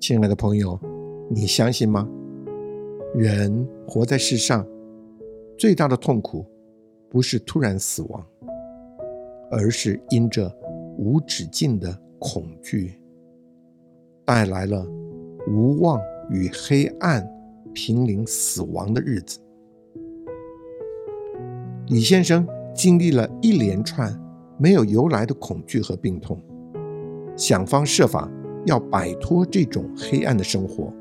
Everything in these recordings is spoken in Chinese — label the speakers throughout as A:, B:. A: 亲爱的朋友，你相信吗？人活在世上，最大的痛苦不是突然死亡，而是因着无止境的恐惧，带来了无望与黑暗濒临死亡的日子。李先生经历了一连串没有由来的恐惧和病痛，想方设法。要摆脱这种黑暗的生活，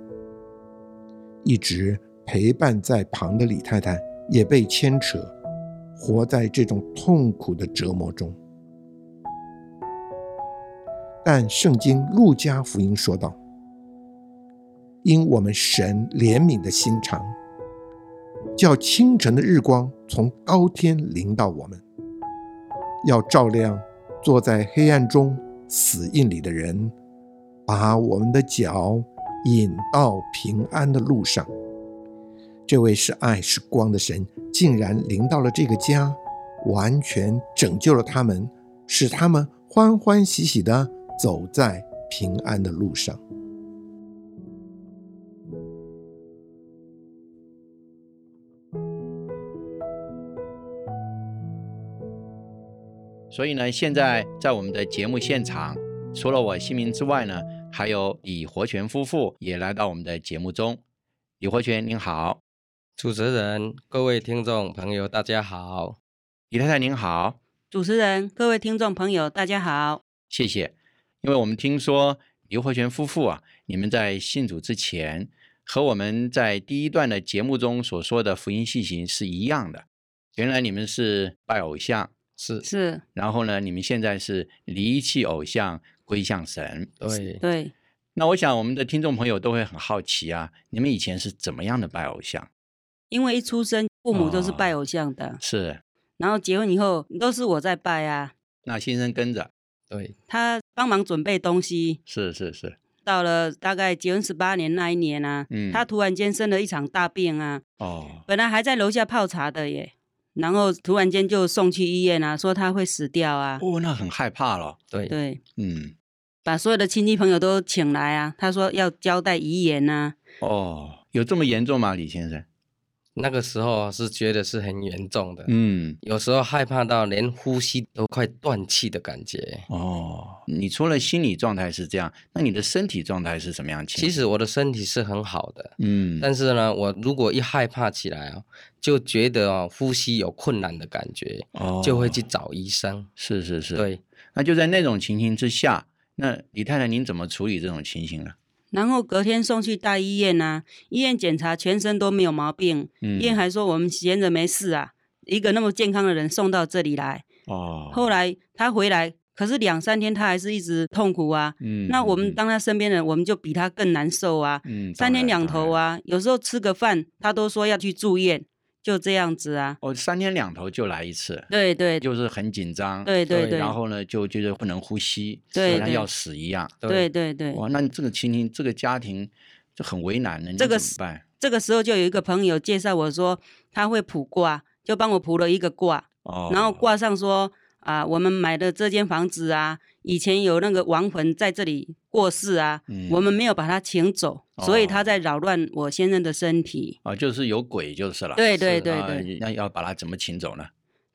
A: 一直陪伴在旁的李太太也被牵扯，活在这种痛苦的折磨中。但圣经路加福音说道：“因我们神怜悯的心肠，叫清晨的日光从高天临到我们，要照亮坐在黑暗中死荫里的人。”把我们的脚引到平安的路上。这位是爱是光的神，竟然临到了这个家，完全拯救了他们，使他们欢欢喜喜的走在平安的路上。
B: 所以呢，现在在我们的节目现场，除了我姓名之外呢。还有李活泉夫妇也来到我们的节目中。李活泉，您好，
C: 主持人、各位听众朋友，大家好。
B: 李太太您好，
D: 主持人、各位听众朋友，大家好。
B: 谢谢。因为我们听说李活泉夫妇啊，你们在信主之前，和我们在第一段的节目中所说的福音信行是一样的。原来你们是拜偶像，
C: 是
D: 是，
B: 然后呢，你们现在是离弃偶像。归向神，
C: 对
D: 对。
B: 那我想我们的听众朋友都会很好奇啊，你们以前是怎么样的拜偶像？
D: 因为一出生父母都是拜偶像的，哦、
B: 是。
D: 然后结婚以后都是我在拜啊。
B: 那先生跟着，
C: 对，
D: 他帮忙准备东西。
B: 是是是。
D: 到了大概结婚十八年那一年啊，嗯，他突然间生了一场大病啊。
B: 哦。
D: 本来还在楼下泡茶的耶。然后突然间就送去医院啊，说他会死掉啊。
B: 哦，那很害怕了。
C: 对
D: 对，
B: 嗯，
D: 把所有的亲戚朋友都请来啊。他说要交代遗言呐、
B: 啊。哦，有这么严重吗，李先生？
C: 那个时候是觉得是很严重的。
B: 嗯，
C: 有时候害怕到连呼吸都快断气的感觉。
B: 哦，你除了心理状态是这样，那你的身体状态是什么样？
C: 其实我的身体是很好的。
B: 嗯，
C: 但是呢，我如果一害怕起来啊，就觉得哦呼吸有困难的感觉，
B: 哦，
C: 就会去找医生。
B: 是是是，
C: 对。
B: 那就在那种情形之下，那李太太您怎么处理这种情形呢、啊？
D: 然后隔天送去大医院呐、啊，医院检查全身都没有毛病，嗯、医院还说我们闲着没事啊，一个那么健康的人送到这里来。
B: 哦。
D: 后来他回来，可是两三天他还是一直痛苦啊。
B: 嗯。
D: 那我们当他身边人，我们就比他更难受啊。
B: 嗯。
D: 三天两头啊，有时候吃个饭，他都说要去住院。就这样子啊！
B: 哦，三天两头就来一次，
D: 对对，
B: 就是很紧张，
D: 对对对，
B: 然后呢，就觉得不能呼吸，
D: 对，
B: 像要死一样，
D: 对对对。
B: 哇，那这个情形，这个家庭就很为难了，
D: 这个
B: 怎么办？
D: 这个时候就有一个朋友介绍我说，他会卜卦，就帮我卜了一个卦，
B: 哦，
D: 然后卦上说啊、呃，我们买的这间房子啊，以前有那个亡魂在这里过世啊，
B: 嗯、哦
D: 我们没有把他请走。所以他在扰乱我先生的身体
B: 啊、哦，就是有鬼啊就是了。
D: 对对对对，
B: 那、呃、要把他怎么请走呢？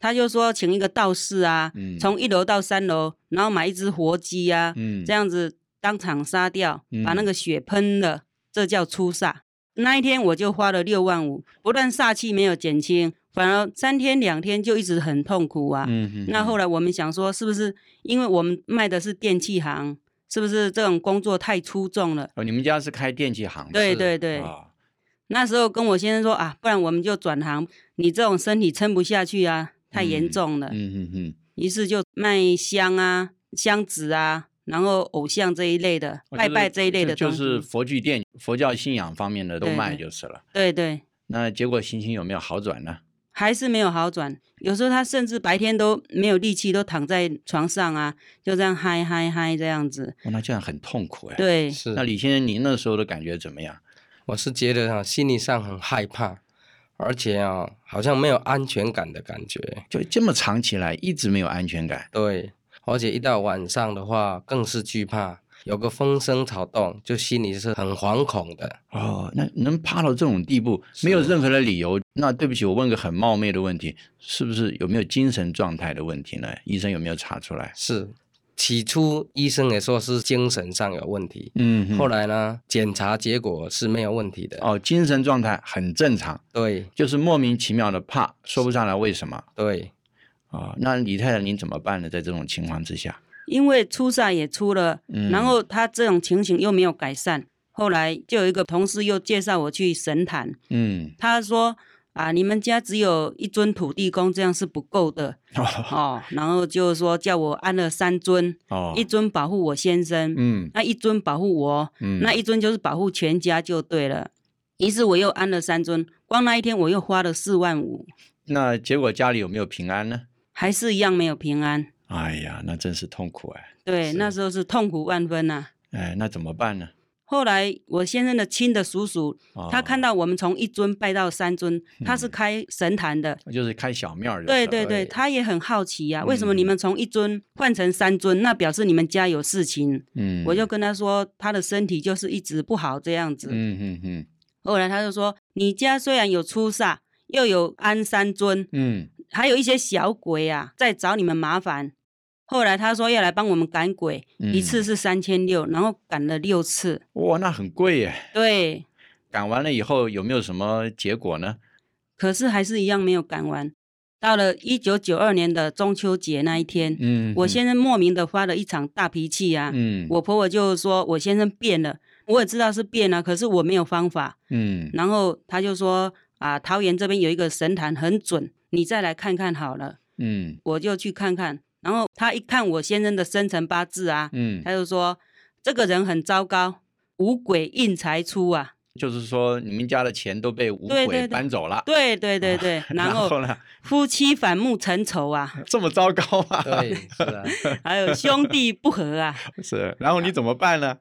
D: 他就说请一个道士啊，
B: 嗯、
D: 从一楼到三楼，然后买一只活鸡啊，
B: 嗯、
D: 这样子当场杀掉，把那个血喷了，
B: 嗯、
D: 这叫出煞。那一天我就花了六万五，不但煞气没有减轻，反而三天两天就一直很痛苦啊。
B: 嗯
D: 那后来我们想说，是不是因为我们卖的是电器行？是不是这种工作太出众了？
B: 哦，你们家是开电器行的。
D: 对对对。
B: 哦、
D: 那时候跟我先生说啊，不然我们就转行，你这种身体撑不下去啊。太严重了，
B: 嗯嗯嗯，
D: 于是就卖香啊、香纸啊，然后偶像这一类的、
B: 哦就
D: 拜
B: 是
D: 拜这一类的
B: 就
D: 东
B: 就
D: 西。
B: 是佛具店、佛教信仰方面的都
D: 对
B: 卖
D: 对
B: 就是了。
D: 对对，
B: 那结果心情有没有好转呢？
D: 还是没有好转。有时候他甚至白天都没有力气，都躺在床上啊，就这样嗨嗨嗨这样子。
B: 哦那这样很痛苦哎。。
D: 对，
C: 是
B: 那李先生，您那时候的感觉怎么样？
C: 我是觉得啊，心理上很害怕，而且啊，好像没有安全感的感觉。
B: 就这么长期来一直没有安全感，
C: 对，而且一到晚上的话，更是惧怕，有个风声草动，就心里是很惶恐的。
B: 哦，那能怕到这种地步，没有
C: 是
B: 任何的理由。那对不起，我问个很冒昧的问题，是不是有没有精神状态的问题呢？医生有没有查出来？
C: 是，起初医生也说是精神上有问题，
B: 嗯哼
C: 后来呢，检查结果是没有问题的。
B: 哦，精神状态很正常，
C: 对
B: 就是莫名其妙的怕，说不上来为什么
C: 对，
B: 啊、哦那李太太您怎么办呢？在这种情况之下，
D: 因为初赛也出了，
B: 嗯
D: 然后他这种情形又没有改善，后来就有一个同事又介绍我去神坛，
B: 嗯，
D: 他说啊，你们家只有一尊土地公，这样是不够的
B: 哦，
D: 哦。然后就说叫我安了三尊，
B: 哦
D: 一尊保护我先生，
B: 嗯
D: 那一尊保护我，
B: 嗯，
D: 那一尊就是保护全家就对了。于是我又安了三尊，光那一天我又花了四万五，
B: 那结果家里有没有平安呢？
D: 还是一样没有平安。
B: 哎呀，那真是痛苦哎，
D: 对，
C: 是
D: 那时候是痛苦万分呐、
B: 哎，那怎么办呢？
D: 后来我先生的亲的叔叔，
B: 哦、
D: 他看到我们从一尊拜到三尊，他是
B: 嗯
D: 开神坛的。
B: 就是开小庙就是
D: 对
B: 了，
D: 对对，
C: 对
D: 他也很好奇呀、为什么你
B: 嗯
D: 们从一尊换成三尊？那表示你们家有事情。
B: 嗯，
D: 我就跟他说，他的身体就是一直不好这样子。
B: 嗯嗯嗯
D: 后来他就说，你家虽然有出煞，又有安三尊，
B: 嗯，
D: 还有一些小鬼啊，在找你们麻烦。后来他说要来帮我们赶鬼，
B: 嗯
D: 一次是三千六，然后赶了六次。
B: 哇，那很贵耶。
D: 对，
B: 赶完了以后有没有什么结果呢？
D: 可是还是一样没有赶完。到了一九九二年的中秋节那一天，
B: 嗯，
D: 我先生莫名的发了一场大脾气啊。
B: 嗯，
D: 我婆婆就说我先生变了，我也知道是变了，可是我没有方法。
B: 嗯
D: 然后他就说啊，桃园这边有一个神坛很准，你再来看看好了。
B: 嗯
D: 我就去看看。然后他一看我先生的生辰八字啊，
B: 嗯，
D: 他就说这个人很糟糕，五鬼印财出啊。
B: 就是说你们家的钱都被五
D: 对对
B: 鬼
D: 对
B: 搬走了。
D: 对对对对， 然
B: 哦然后
D: 后
B: 呢？
D: 夫妻反目成仇啊，
B: 这么糟糕吗？
C: 对，是啊，
D: 还有兄弟不和啊，
B: 是。然后你怎么办呢？哎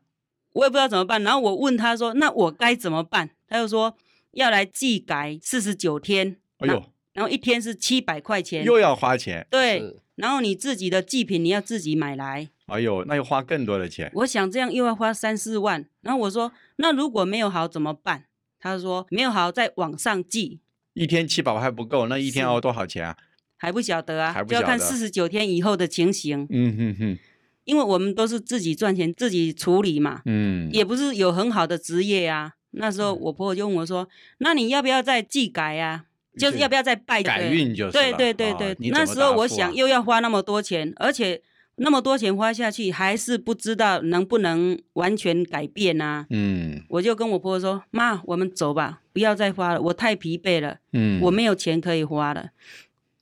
D: 我也不知道怎么办。然后我问他说：“那我该怎么办？”他就说要来祭改四十九天，
B: 哎呦，
D: 然后一天是七百块钱，
B: 又要花钱。
D: 对，
C: 是
D: 然后你自己的祭品你要自己买来。
B: 哎呦，那又花更多的钱。
D: 我想这样又要花三四万。然后我说，那如果没有好怎么办？他说没有好再往上记，
B: 一天七百块不够，那一天
D: 是
B: 要多少钱啊？
D: 还不晓得啊，
B: 还不
D: 就要
B: 晓
D: 看
B: 得
D: 四十九天以后的情形，
B: 嗯哼哼，
D: 因为我们都是自己赚钱自己处理嘛，
B: 嗯，
D: 也不是有很好的职业啊。那时候我婆婆就问我说，那你要不要再祭改啊？就是
B: 是
D: 要不要再拜
B: 改
D: 对
B: 运就是
D: 对
B: 了
D: 对对
B: 哦
D: 对，
B: 你怎
D: 那
B: 么
D: 时候
B: 答
D: 我
B: 复啊
D: 想又要花那么多钱，而且那么多钱花下去，还是不知道能不能完全改变啊。
B: 嗯
D: 我就跟我婆婆说：“妈，我们走吧，不要再花了，我太疲惫了，
B: 嗯，
D: 我没有钱可以花了。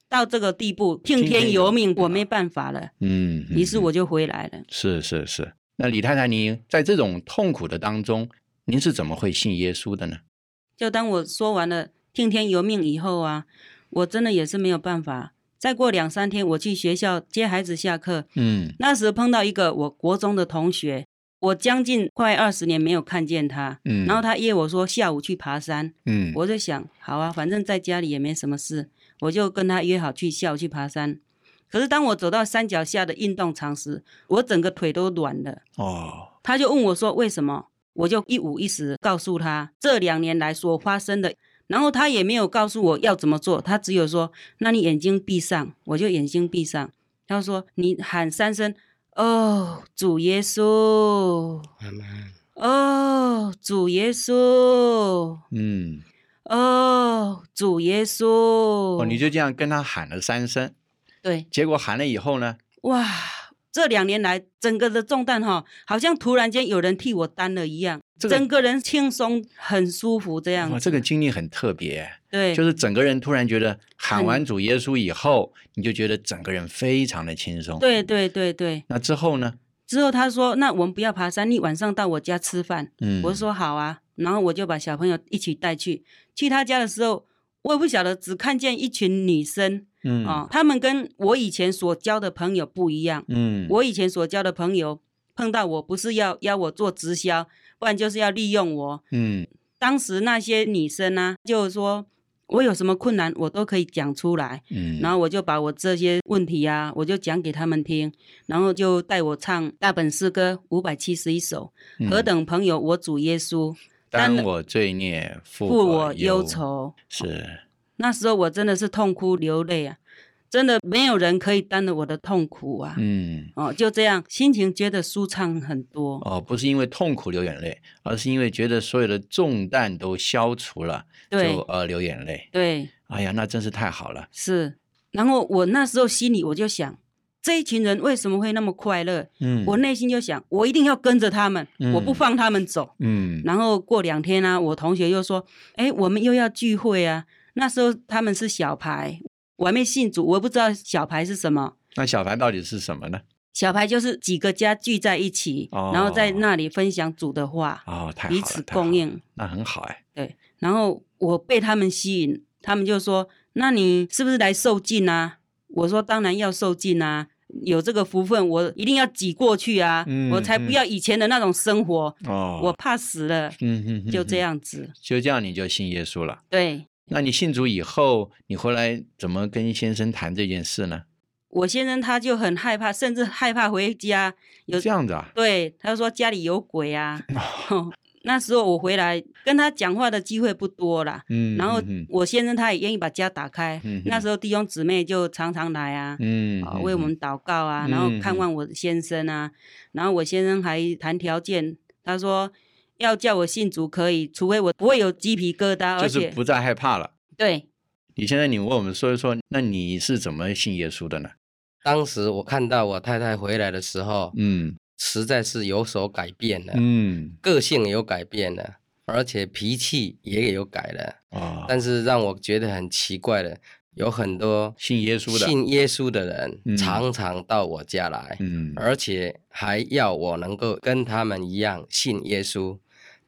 D: 到这个地步，听
B: 听天
D: 天
B: 由
D: 由命，
B: 命
D: 我
B: 啊
D: 没办法了。
B: 嗯，
D: 于是
B: 嗯
D: 我就回来了。
B: 是是是。那李太太，您在这种痛苦的当中，您是怎么会信耶稣的呢？
D: 就当我说完了听天由命以后啊，我真的也是没有办法。再过两三天，我去学校接孩子下课，
B: 嗯
D: 那时碰到一个我国中的同学，我将近快二十年没有看见他。
B: 嗯
D: 然后他约我说下午去爬山，
B: 嗯，
D: 我就想，好啊，反正在家里也没什么事，我就跟他约好去下午去爬山。可是当我走到山脚下的运动场时，我整个腿都软了。
B: 哦，
D: 他就问我说为什么，我就一五一十告诉他这两年来所发生的。然后他也没有告诉我要怎么做，他只有说：“那你眼睛闭上。”我就眼睛闭上。他说：“你喊三声，哦，主耶稣，
C: 慢慢
D: 哦，主耶稣。”
B: 嗯，
D: 哦，主耶稣！
B: 哦，
D: 哦
B: 你就这样跟他喊了三声，
D: 对
B: 结果喊了以后呢，
D: 哇，这两年来整个的重担哈、好像突然间有人替我担了一样，
B: 这个
D: 整个人轻松，很舒服这样
B: 哇，
D: 子。
B: 这个经历很特别，
D: 对，
B: 就是整个人突然觉得喊完主耶稣以后，你就觉得整个人非常的轻松。，
D: 对对对对。
B: 那之后呢？
D: 之后他说：“那我们不要爬山，你晚上到我家吃饭。”
B: 嗯，
D: 我说：“好啊。”然后我就把小朋友一起带去。去他家的时候，我也不晓得，只看见一群女生
B: 嗯，
D: 哦，她们跟我以前所交的朋友不一样。
B: 嗯，
D: 我以前所交的朋友碰到我，不是要邀我做直销，不然就是要利用我。
B: 嗯
D: 当时那些女生呢、就是说我有什么困难，我都可以讲出来。
B: 嗯，
D: 然后我就把我这些问题啊，我就讲给他们听，然后就带我唱《大本诗歌》五百七十一首，
B: 嗯
D: 何等朋友，我主耶稣
B: 当
D: 当
B: 我罪孽负
D: 负
B: 我
D: 我忧，愁。
B: 是
D: 那时候我真的是痛哭流泪啊，真的没有人可以担得我的痛苦啊。
B: 嗯。
D: 哦，就这样，心情觉得舒畅很多。
B: 哦，不是因为痛苦流眼泪，而是因为觉得所有的重担都消除了，
D: 对
B: 就呃流眼泪。
D: 对，
B: 哎呀，那真是太好了。
D: 是。然后我那时候心里我就想，这一群人为什么会那么快乐？
B: 嗯，
D: 我内心就想，我一定要跟着他们，
B: 嗯
D: 我不放他们走。
B: 嗯
D: 然后过两天啊，我同学又说，哎，我们又要聚会啊。那时候他们是小牌，我还没信主，我不知道小牌是什么。
B: 那小凡到底是什么呢？
D: 小牌就是几个家聚在一起，然后在
B: 哦
D: 那里分享主的话，
B: 哦，太好了，
D: 彼此
B: 太好了
D: 供，应。
B: 那很好哎。
D: 对，然后我被他们吸引，他们就说：“那你是不是来受尽啊？”我说：“当然要受尽啊，有这个福分，我一定要挤过去啊，
B: 嗯
D: 我才不要以前的那种生活，
B: 哦，
D: 我怕死了。
B: 嗯哼哼
D: 就这
B: 哼，
D: 样子，
B: 就这样你就信耶稣了。
D: 对
B: 那你信主以后，你回来怎么跟先生谈这件事呢？
D: 我先生他就很害怕，甚至害怕回家。有
B: 这样子啊？
D: 对，他说家里有鬼啊。
B: 哦
D: 那时候我回来跟他讲话的机会不多啦。
B: 嗯，
D: 然后
B: 嗯
D: 我先生他也愿意把家打开，
B: 嗯哼
D: 那时候弟兄姊妹就常常来啊，
B: 嗯，
D: 啊、
B: 嗯
D: 为我们祷告啊，然后看
B: 嗯
D: 望我先生啊，然后我先生还谈条件，他说要叫我信主可以，除非我不会有鸡皮疙瘩，而
B: 就是
D: 且
B: 不再害怕了。
D: 对
B: 你现在你为我们说一说，那你是怎么信耶稣的呢？
C: 当时我看到我太太回来的时候，
B: 嗯
C: 实在是有所改变了，
B: 嗯
C: 个性有改变了，而且脾气也有改了。
B: 啊，
C: 但是让我觉得很奇怪的，有很多
B: 信耶稣的，
C: 信耶稣的人、
B: 嗯
C: 常常到我家来，
B: 嗯
C: 而且还要我能够跟他们一样信耶稣，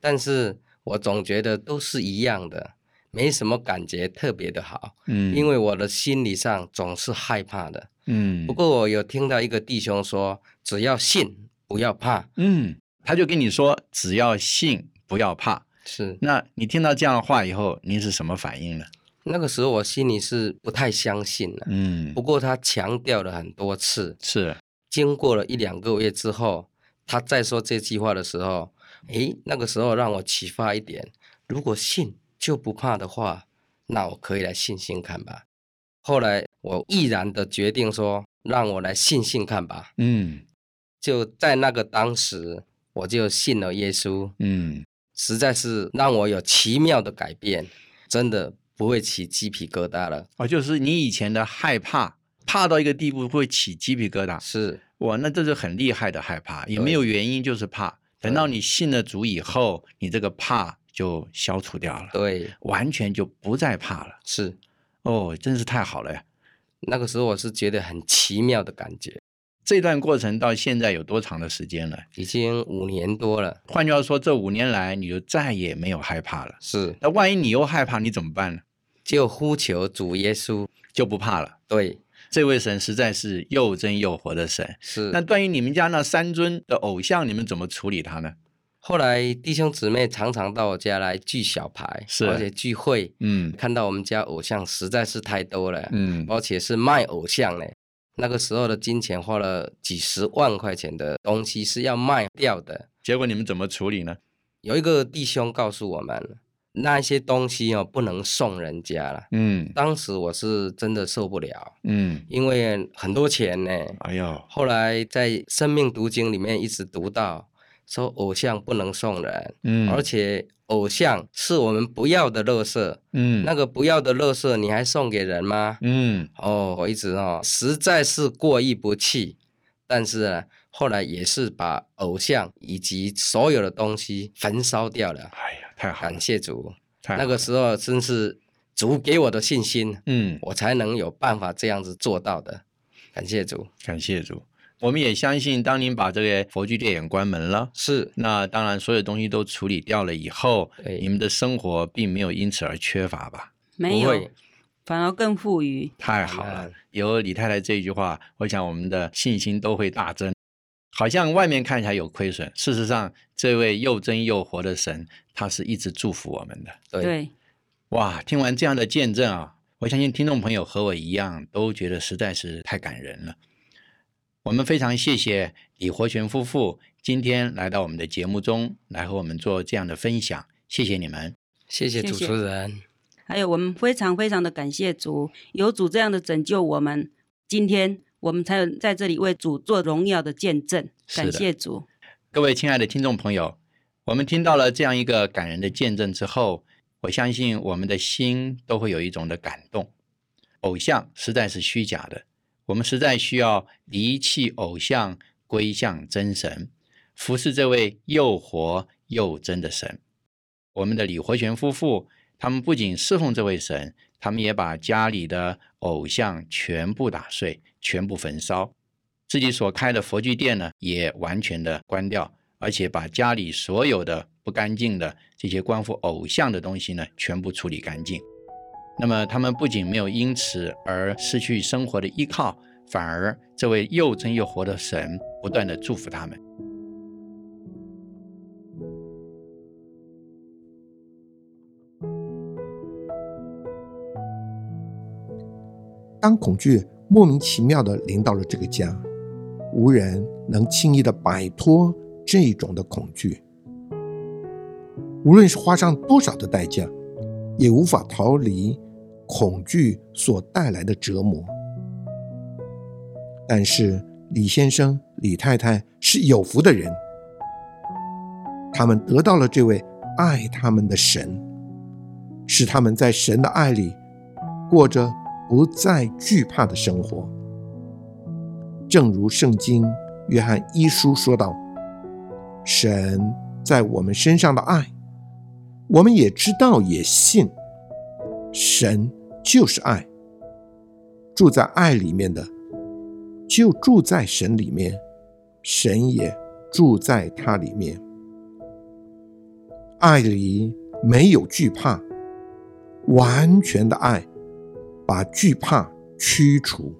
C: 但是我总觉得都是一样的，没什么感觉特别的好，
B: 嗯，
C: 因
B: 为
C: 为我的心理上总是害怕的。
B: 嗯
C: 不过我有听到一个弟兄说，只要信，不要怕，
B: 嗯，他就跟你说，只要信，不要怕。
C: 是
B: 那你听到这样的话以后，您是什么反应呢？
C: 那个时候我心里是不太相信的。
B: 嗯
C: 不，过他强调了很多次，
B: 是，
C: 经过了一两个月之后，他再说这句话的时候，诶，那个时候让我启发一点：如果信就不怕的话，那我可以来信信看吧。后来我毅然的决定说，让我来信信看吧。
B: 嗯
C: 就在那个当时，我就信了耶稣，
B: 嗯
C: 实在是让我有奇妙的改变，真的不会起鸡皮疙瘩了。
B: 哦，就是你以前的害怕，怕到一个地步会起鸡皮疙瘩。
C: 是
B: 哇，那这是很厉害的害怕，也
C: 对
B: 没有原因，就是怕。
C: 对
B: 等到你信了主以后，你这个怕就消除掉了，
C: 对，
B: 完全就不再怕了。
C: 是
B: 哦，真是太好了呀！
C: 那个时候我是觉得很奇妙的感觉。
B: 这段过程到现在有多长的时间了？
C: 已经五年多了，
B: 换句话说，这五年来你就再也没有害怕了。
C: 是
B: 那万一你又害怕，你怎么办呢？
C: 就呼求主耶稣，
B: 就不怕了。
C: 对，
B: 这位神实在是又真又活的神。
C: 是。
B: 那关于你们家那三尊的偶像，你们怎么处理他呢？
C: 后来弟兄姊妹常常到我家来聚小牌，
B: 是
C: 而且聚会，
B: 嗯
C: 看到我们家偶像实在是太多了，
B: 嗯
C: 而且是卖偶像嘞。那个时候的金钱花了几十万块钱的东西是要卖掉的。
B: 结果你们怎么处理呢？
C: 有一个弟兄告诉我们，那一些东西哦不能送人家了。
B: 嗯
C: 当时我是真的受不了，
B: 嗯，
C: 因为很多钱呢，
B: 哎呦，
C: 后来在《生命读经》里面一直读到，说偶像不能送人，
B: 嗯
C: 而且偶像是我们不要的垃圾。
B: 嗯
C: 那个不要的垃圾，你还送给人吗？
B: 嗯
C: 哦，我一直哦，实在是过意不去。但是呢，后来也是把偶像以及所有的东西焚烧掉了。
B: 哎呀，太好了
C: 感，谢主，
B: 太好
C: 那
B: 了
C: 个时候真是主给我的信心，
B: 嗯，
C: 我才能有办法这样子做到的。感谢主，
B: 感谢主。我们也相信，当您把这个佛具店也关门了，
C: 是
B: 那当然所有东西都处理掉了以后，
C: 对
B: 你们的生活并没有因此而缺乏吧？
D: 没
C: 不
D: 有
C: 会，
D: 反而更富裕。
B: 太好
C: 当
B: 了
C: 然！
B: 有李太太这一句话，我想我们的信心都会大增。好像外面看起来有亏损，事实上，这位又真又活的神，他是一直祝福我们的。
C: 对，
D: 对，
B: 哇，听完这样的见证啊，我相信听众朋友和我一样，都觉得实在是太感人了。我们非常谢谢李活泉夫妇今天来到我们的节目中，来和我们做这样的分享，谢谢你们。
C: 谢谢
D: 谢
C: 主
D: 谢
C: 持人，
D: 还有我们非常非常的感谢主，有主这样的拯救我们，今天我们才有在这里为主做荣耀的见证，
B: 是的
D: 感谢主。
B: 各位亲爱的听众朋友，我们听到了这样一个感人的见证之后，我相信我们的心都会有一种的感动。偶像实在是虚假的，我们实在需要离弃偶像，归向真神，服侍这位又活又真的神。我们的李活泉夫妇，他们不仅侍奉这位神，他们也把家里的偶像全部打碎，全部焚烧。自己所开的佛具店呢，也完全的关掉，而且把家里所有的不干净的这些关乎偶像的东西呢，全部处理干净。那么他们不仅没有因此而失去生活的依靠，反而这位又真又活的神不断的祝福他们。
A: 当恐惧莫名其妙地临到了这个家，无人能轻易地摆脱这种的恐惧。无论是花上多少的代价，也无法逃离恐惧所带来的折磨。但是李先生、李太太是有福的人，他们得到了这位爱他们的神，使他们在神的爱里过着不再惧怕的生活。正如圣经约翰一书说道：“神在我们身上的爱，我们也知道也信，神就是爱，住在爱里面的，就住在神里面，神也住在他里面。爱里没有惧怕，完全的爱把惧怕驱除。